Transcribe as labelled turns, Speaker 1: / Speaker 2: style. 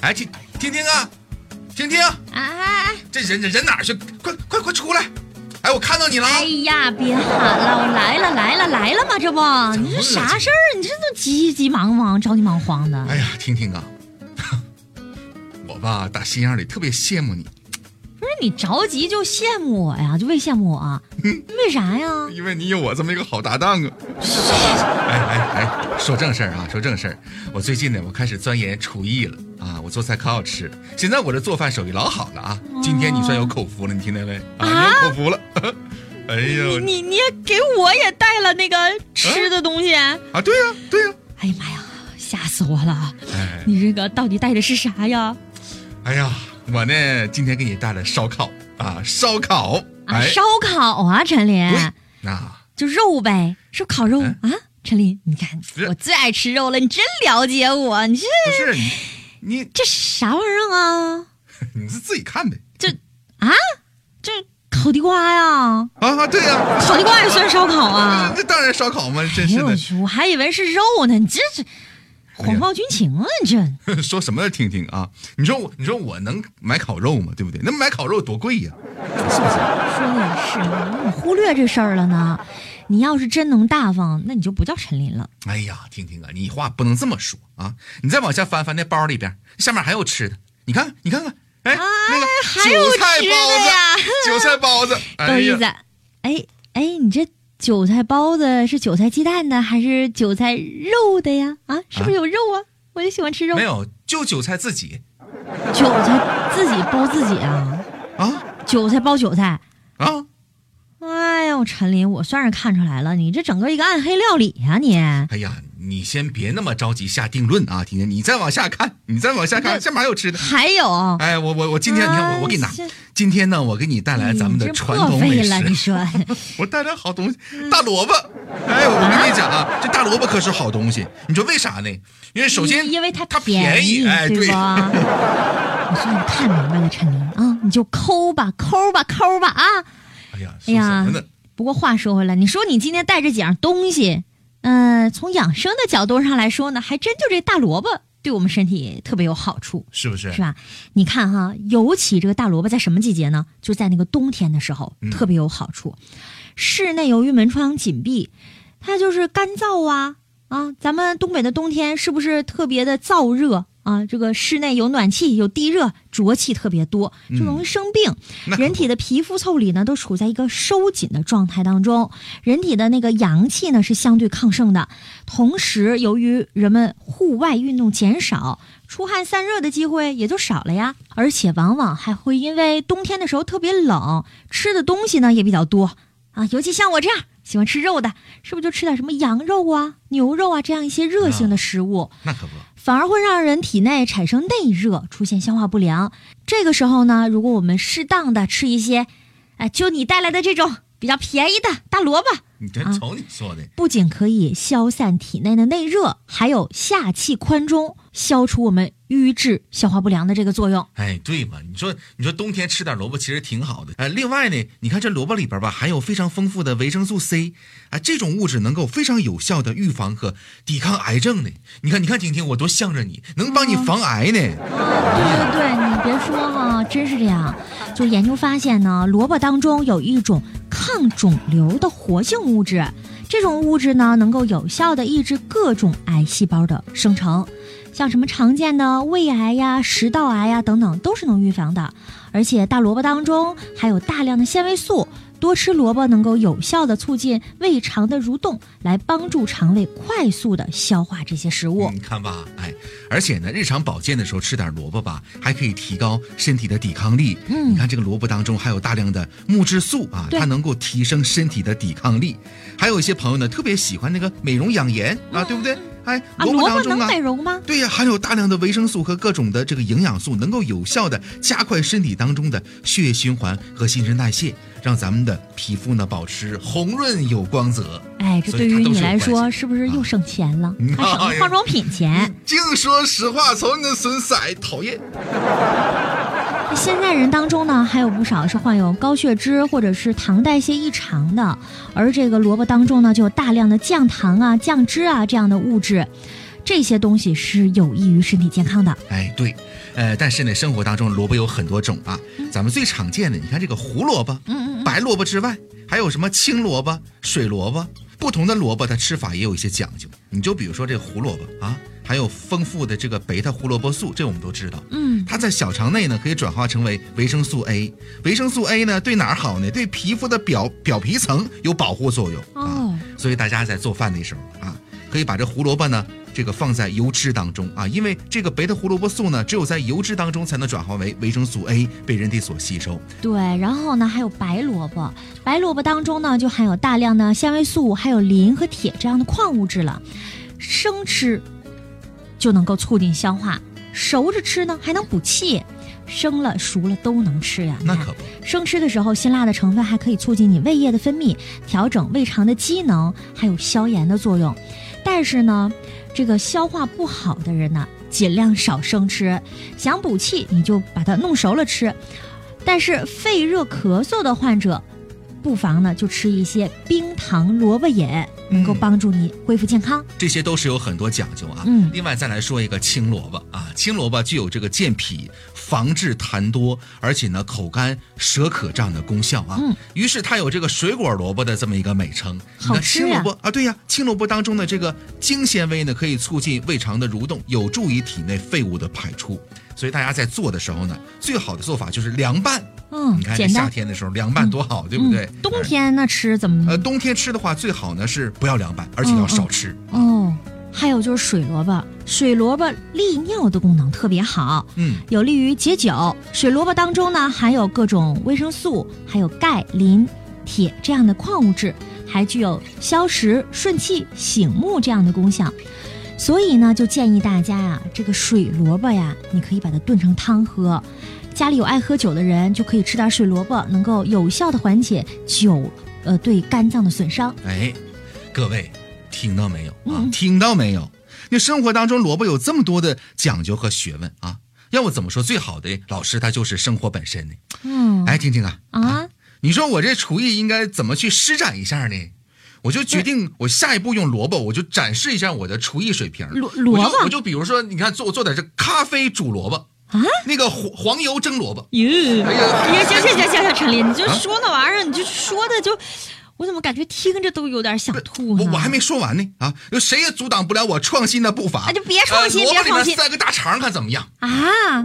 Speaker 1: 哎，听听听啊，听听，
Speaker 2: 啊！
Speaker 1: 这人人人哪儿去？快快快出来！哎，我看到你了啊。
Speaker 2: 哎呀，别喊了，我来了来了来了嘛，这不，你这啥事儿？你这都急急忙忙、着急忙慌的。
Speaker 1: 哎呀，听听啊， 我吧打心眼里特别羡慕你，
Speaker 2: 不是你着急就羡慕我呀？就为羡慕我啊？为啥呀？
Speaker 1: 因为你有我这么一个好搭档啊。哎哎哎，说正事儿啊，说正事儿，我最近呢，我开始钻研厨艺了啊，我做菜可好吃了，现在我这做饭手艺老好了啊。
Speaker 2: 哦
Speaker 1: 今天你算有口福了，你听见没？啊，你有口福了。 哎
Speaker 2: 你
Speaker 1: 呀，
Speaker 2: 你你也给我也带了那个吃的东西？
Speaker 1: 啊，对呀、对呀、
Speaker 2: 哎呀妈呀，吓死我了！
Speaker 1: 哎，
Speaker 2: 你这个到底带的是啥呀？
Speaker 1: 哎呀，我呢今天给你带了烧烤啊，烧烤，
Speaker 2: 啊，
Speaker 1: 哎，
Speaker 2: 烧烤啊，陈
Speaker 1: 对
Speaker 2: 琳，
Speaker 1: 那。
Speaker 2: 就肉呗，是不是烤肉啊
Speaker 1: 嗯？
Speaker 2: 陈琳，你看
Speaker 1: 是
Speaker 2: 我最爱吃肉了，你真了解我，你这
Speaker 1: 不是你，你
Speaker 2: 这啥玩意儿啊？
Speaker 1: 你是自己看呗。
Speaker 2: 这啊，这烤地瓜呀、
Speaker 1: 啊，对呀、
Speaker 2: 烤地瓜也算烧烤啊？
Speaker 1: 这当然烧烤嘛，真
Speaker 2: 哎
Speaker 1: 是哎
Speaker 2: 呦我去，我还以为是肉呢，你这是谎报军情啊！你这
Speaker 1: 的。 说什么听听啊？你说我，你说我能买烤肉吗？对不对？那买烤肉多贵呀、是不是？
Speaker 2: 说的也是，你怎么忽略这事儿了呢？你要是真能大方，那你就不叫陈琳了。
Speaker 1: 哎呀，听听啊，你话不能这么说啊！你再往下翻翻那包里边，下面还有吃的，你看，你看看，哎，那个
Speaker 2: 啊还有
Speaker 1: 韭菜
Speaker 2: 吃的
Speaker 1: 包子，
Speaker 2: 呀
Speaker 1: 韭菜包 子，
Speaker 2: 够
Speaker 1: 哎
Speaker 2: 意
Speaker 1: 呀
Speaker 2: 思，。哎哎，你这韭菜包子是韭菜鸡蛋的还是韭菜肉的呀？啊，是不是有肉啊？我就喜欢吃肉
Speaker 1: 没，有，就韭菜自己
Speaker 2: 韭菜自己包自己啊，
Speaker 1: 啊
Speaker 2: 韭菜包韭菜。
Speaker 1: 啊！
Speaker 2: 哎呦，陈琳，我算是看出来了，你这整个一个暗黑料理呀、你
Speaker 1: 哎呀，你先别那么着急下定论啊，听听，你再往下看，你再往下看，下面还有吃的。
Speaker 2: 还有，
Speaker 1: 哎，我我我今天你看我我给你拿
Speaker 2: 哎这，
Speaker 1: 今天呢我给你带来咱们的
Speaker 2: 你这
Speaker 1: 传
Speaker 2: 破
Speaker 1: 统
Speaker 2: 费
Speaker 1: 美
Speaker 2: 了，你嗯
Speaker 1: 食，
Speaker 2: 说
Speaker 1: 我带来好东西，大萝卜。哎，我跟你讲啊，这大萝卜可是好东西。你说为啥呢？因为首先
Speaker 2: 因因为它
Speaker 1: 它便
Speaker 2: 宜，
Speaker 1: 哎
Speaker 2: 对
Speaker 1: 对
Speaker 2: 不？，我说你看明白了，陈琳啊，你就抠吧，抠吧，抠吧啊！
Speaker 1: 哎呀，
Speaker 2: 哎
Speaker 1: 说什
Speaker 2: 呀
Speaker 1: 么呢？，
Speaker 2: 不过话说回来，你说你今天带这几样东西，嗯、从养生的角度上来说呢，还真就这大萝卜对我们身体特别有好处。
Speaker 1: 是不是
Speaker 2: 是？吧？你看哈，尤其这个大萝卜在什么季节呢？就在那个冬天的时候，
Speaker 1: 嗯
Speaker 2: 特别有好处。室内由于门窗紧闭，它就是干燥啊啊！咱们东北的冬天是不是特别的燥热啊？这个室内有暖气，有地热，浊气特别多，就容易生病。
Speaker 1: 嗯那可
Speaker 2: 人体的皮肤腠理呢都处在一个收紧的状态当中，人体的那个阳气呢是相对亢盛的。同时，由于人们户外运动减少，出汗散热的机会也就少了呀。而且往往还会因为冬天的时候特别冷，吃的东西呢也比较多啊。尤其像我这样喜欢吃肉的，是不是就吃点什么羊肉啊、牛肉啊这样一些热性的食物？
Speaker 1: 那可不，
Speaker 2: 反而会让人体内产生内热，出现消化不良。这个时候呢，如果我们适当的吃一些，哎，就你带来的这种比较便宜的大萝卜，
Speaker 1: 你这
Speaker 2: 啊
Speaker 1: 瞅你说的，
Speaker 2: 不仅可以消散体内的内热，还有下气宽中，消除我们瘀滞、消化不良的这个作用。
Speaker 1: 哎，对嘛？你说你说冬天吃点萝卜其实挺好的。哎，另外呢，你看这萝卜里边吧，含有非常丰富的维生素 C，啊，这种物质能够非常有效的预防和抵抗癌症呢。你看，你看，婷婷，我多向着你，能帮你
Speaker 2: 嗯
Speaker 1: 防癌呢。
Speaker 2: 对对对，你别说哈、真是这样。就研究发现呢，萝卜当中有一种抗肿瘤的活性物质，这种物质呢能够有效的抑制各种癌细胞的生成，像什么常见的胃癌呀、食道癌呀等等，都是能预防的。而且大萝卜当中还有大量的纤维素。多吃萝卜能够有效的促进胃肠的蠕动，来帮助肠胃快速的消化这些食物。
Speaker 1: 你看吧，哎，而且呢，日常保健的时候吃点萝卜吧，还可以提高身体的抵抗力。
Speaker 2: 嗯
Speaker 1: 你看这个萝卜当中还有大量的木质素啊，
Speaker 2: 对
Speaker 1: 它能够提升身体的抵抗力。还有一些朋友呢，特别喜欢那个美容养颜啊，对不对？哎，
Speaker 2: 嗯啊，
Speaker 1: 萝卜
Speaker 2: 萝
Speaker 1: 当
Speaker 2: 卜
Speaker 1: 中
Speaker 2: 能
Speaker 1: 啊，
Speaker 2: 美容吗？
Speaker 1: 对呀、含有大量的维生素和各种的这个营养素，能够有效的加快身体当中的血液循环和新陈代谢，让咱们的皮肤呢保持红润有光泽。
Speaker 2: 哎，这
Speaker 1: 所
Speaker 2: 对
Speaker 1: 以它
Speaker 2: 于
Speaker 1: 都
Speaker 2: 你
Speaker 1: 是有
Speaker 2: 来
Speaker 1: 关系
Speaker 2: 说
Speaker 1: 的
Speaker 2: 是不是又
Speaker 1: 啊
Speaker 2: 省钱了？
Speaker 1: 嗯
Speaker 2: 还省
Speaker 1: 哎
Speaker 2: 了
Speaker 1: 呀
Speaker 2: 化妆品钱。
Speaker 1: 净说实话，瞅你那损色，讨厌。
Speaker 2: 那现在人当中呢，还有不少是患有高血脂或者是糖代谢异常的，而这个萝卜当中呢，就有大量的降糖啊、降脂啊这样的物质。这些东西是有益于身体健康的。
Speaker 1: 哎，对，呃，但是呢，生活当中萝卜有很多种啊，咱们最常见的，你看这个胡萝卜，
Speaker 2: 嗯嗯
Speaker 1: 白萝卜之外，还有什么青萝卜、水萝卜，不同的萝卜它吃法也有一些讲究。你就比如说这胡萝卜啊，含有丰富的这个贝塔胡萝卜素，这我们都知道。
Speaker 2: 嗯，
Speaker 1: 它在小肠内呢可以转化成为维生素 A，维生素 A 呢对哪儿好呢？对皮肤的表表皮层有保护作用啊
Speaker 2: 哦。
Speaker 1: 所以大家在做饭的时候啊，可以把这胡萝卜呢这个放在油脂当中啊，因为这个贝塔胡萝卜素呢只有在油脂当中才能转化为维生素 A，被人体所吸收。
Speaker 2: 对。然后呢，还有白萝卜，白萝卜当中呢就含有大量的纤维素，还有磷和铁这样的矿物质了。生吃就能够促进消化，熟着吃呢还能补气，生了熟了都能吃呀。
Speaker 1: 那
Speaker 2: 你看
Speaker 1: 可不，
Speaker 2: 生吃的时候，辛辣的成分还可以促进你胃液的分泌，调整胃肠的机能，还有消炎的作用。但是呢，这个消化不好的人呢，尽量少生吃。想补气，你就把它弄熟了吃。但是肺热咳嗽的患者，不妨呢就吃一些冰糖萝卜饮，能够
Speaker 1: 嗯
Speaker 2: 帮助你恢复健康。
Speaker 1: 这些都是有很多讲究啊。
Speaker 2: 嗯
Speaker 1: 另外再来说一个青萝卜啊，青萝卜具有这个健脾、防治痰多，而且呢口干舌渴这样的功效啊。
Speaker 2: 嗯
Speaker 1: 于是它有这个水果萝卜的这么一个美称。你
Speaker 2: 好
Speaker 1: 看
Speaker 2: 吃
Speaker 1: 青萝
Speaker 2: 呀
Speaker 1: 卜啊，对呀、青萝卜当中的这个精纤维呢，可以促进胃肠的蠕动，有助于体内废物的排出。所以大家在做的时候呢，最好的做法就是凉拌。
Speaker 2: 嗯
Speaker 1: 你，看这
Speaker 2: 简
Speaker 1: 夏
Speaker 2: 单。
Speaker 1: 天的时候凉拌多好，对不对？
Speaker 2: 嗯，冬天那吃怎么？
Speaker 1: 呃，冬天吃的话最好呢是不要凉拌，而且要
Speaker 2: 嗯
Speaker 1: 少
Speaker 2: 嗯
Speaker 1: 吃。
Speaker 2: 哦，还有就是水萝卜，水萝卜利尿的功能特别好，
Speaker 1: 嗯
Speaker 2: 有利于解酒。水萝卜当中呢含有各种维生素，还有钙、磷、铁这样的矿物质，还具有消食、顺气、醒目这样的功效。所以呢，就建议大家呀、这个水萝卜呀，你可以把它炖成汤喝。家里有爱喝酒的人，就可以吃点水萝卜，能够有效的缓解酒呃对肝脏的损伤。
Speaker 1: 哎，各位听到没有啊？
Speaker 2: 嗯
Speaker 1: 听到没有？那生活当中萝卜有这么多的讲究和学问啊！要我怎么说，最好的老师他就是生活本身呢。
Speaker 2: 嗯，
Speaker 1: 哎，婷婷啊，
Speaker 2: 啊，
Speaker 1: 你说我这厨艺应该怎么去施展一下呢？我就决定，我下一步用萝卜，我就展示一下我的厨艺水平。
Speaker 2: 萝萝卜
Speaker 1: 我就我就比如说，你看做我做点这咖啡煮萝卜
Speaker 2: 啊，
Speaker 1: 那个黄黄油蒸萝卜，
Speaker 2: 哟，
Speaker 1: 哎呀
Speaker 2: 哎呀，行行行行行，陈林，你就
Speaker 1: 啊
Speaker 2: 说那玩意儿，你就说的就，我怎么感觉听着都有点想吐
Speaker 1: 我
Speaker 2: 呢？
Speaker 1: 我还没说完呢啊！就谁也阻挡不了我创新的步伐。
Speaker 2: 啊就别创新
Speaker 1: 呃萝卜
Speaker 2: 别创
Speaker 1: 里面
Speaker 2: 新
Speaker 1: 塞个大肠，看怎么样？
Speaker 2: 啊，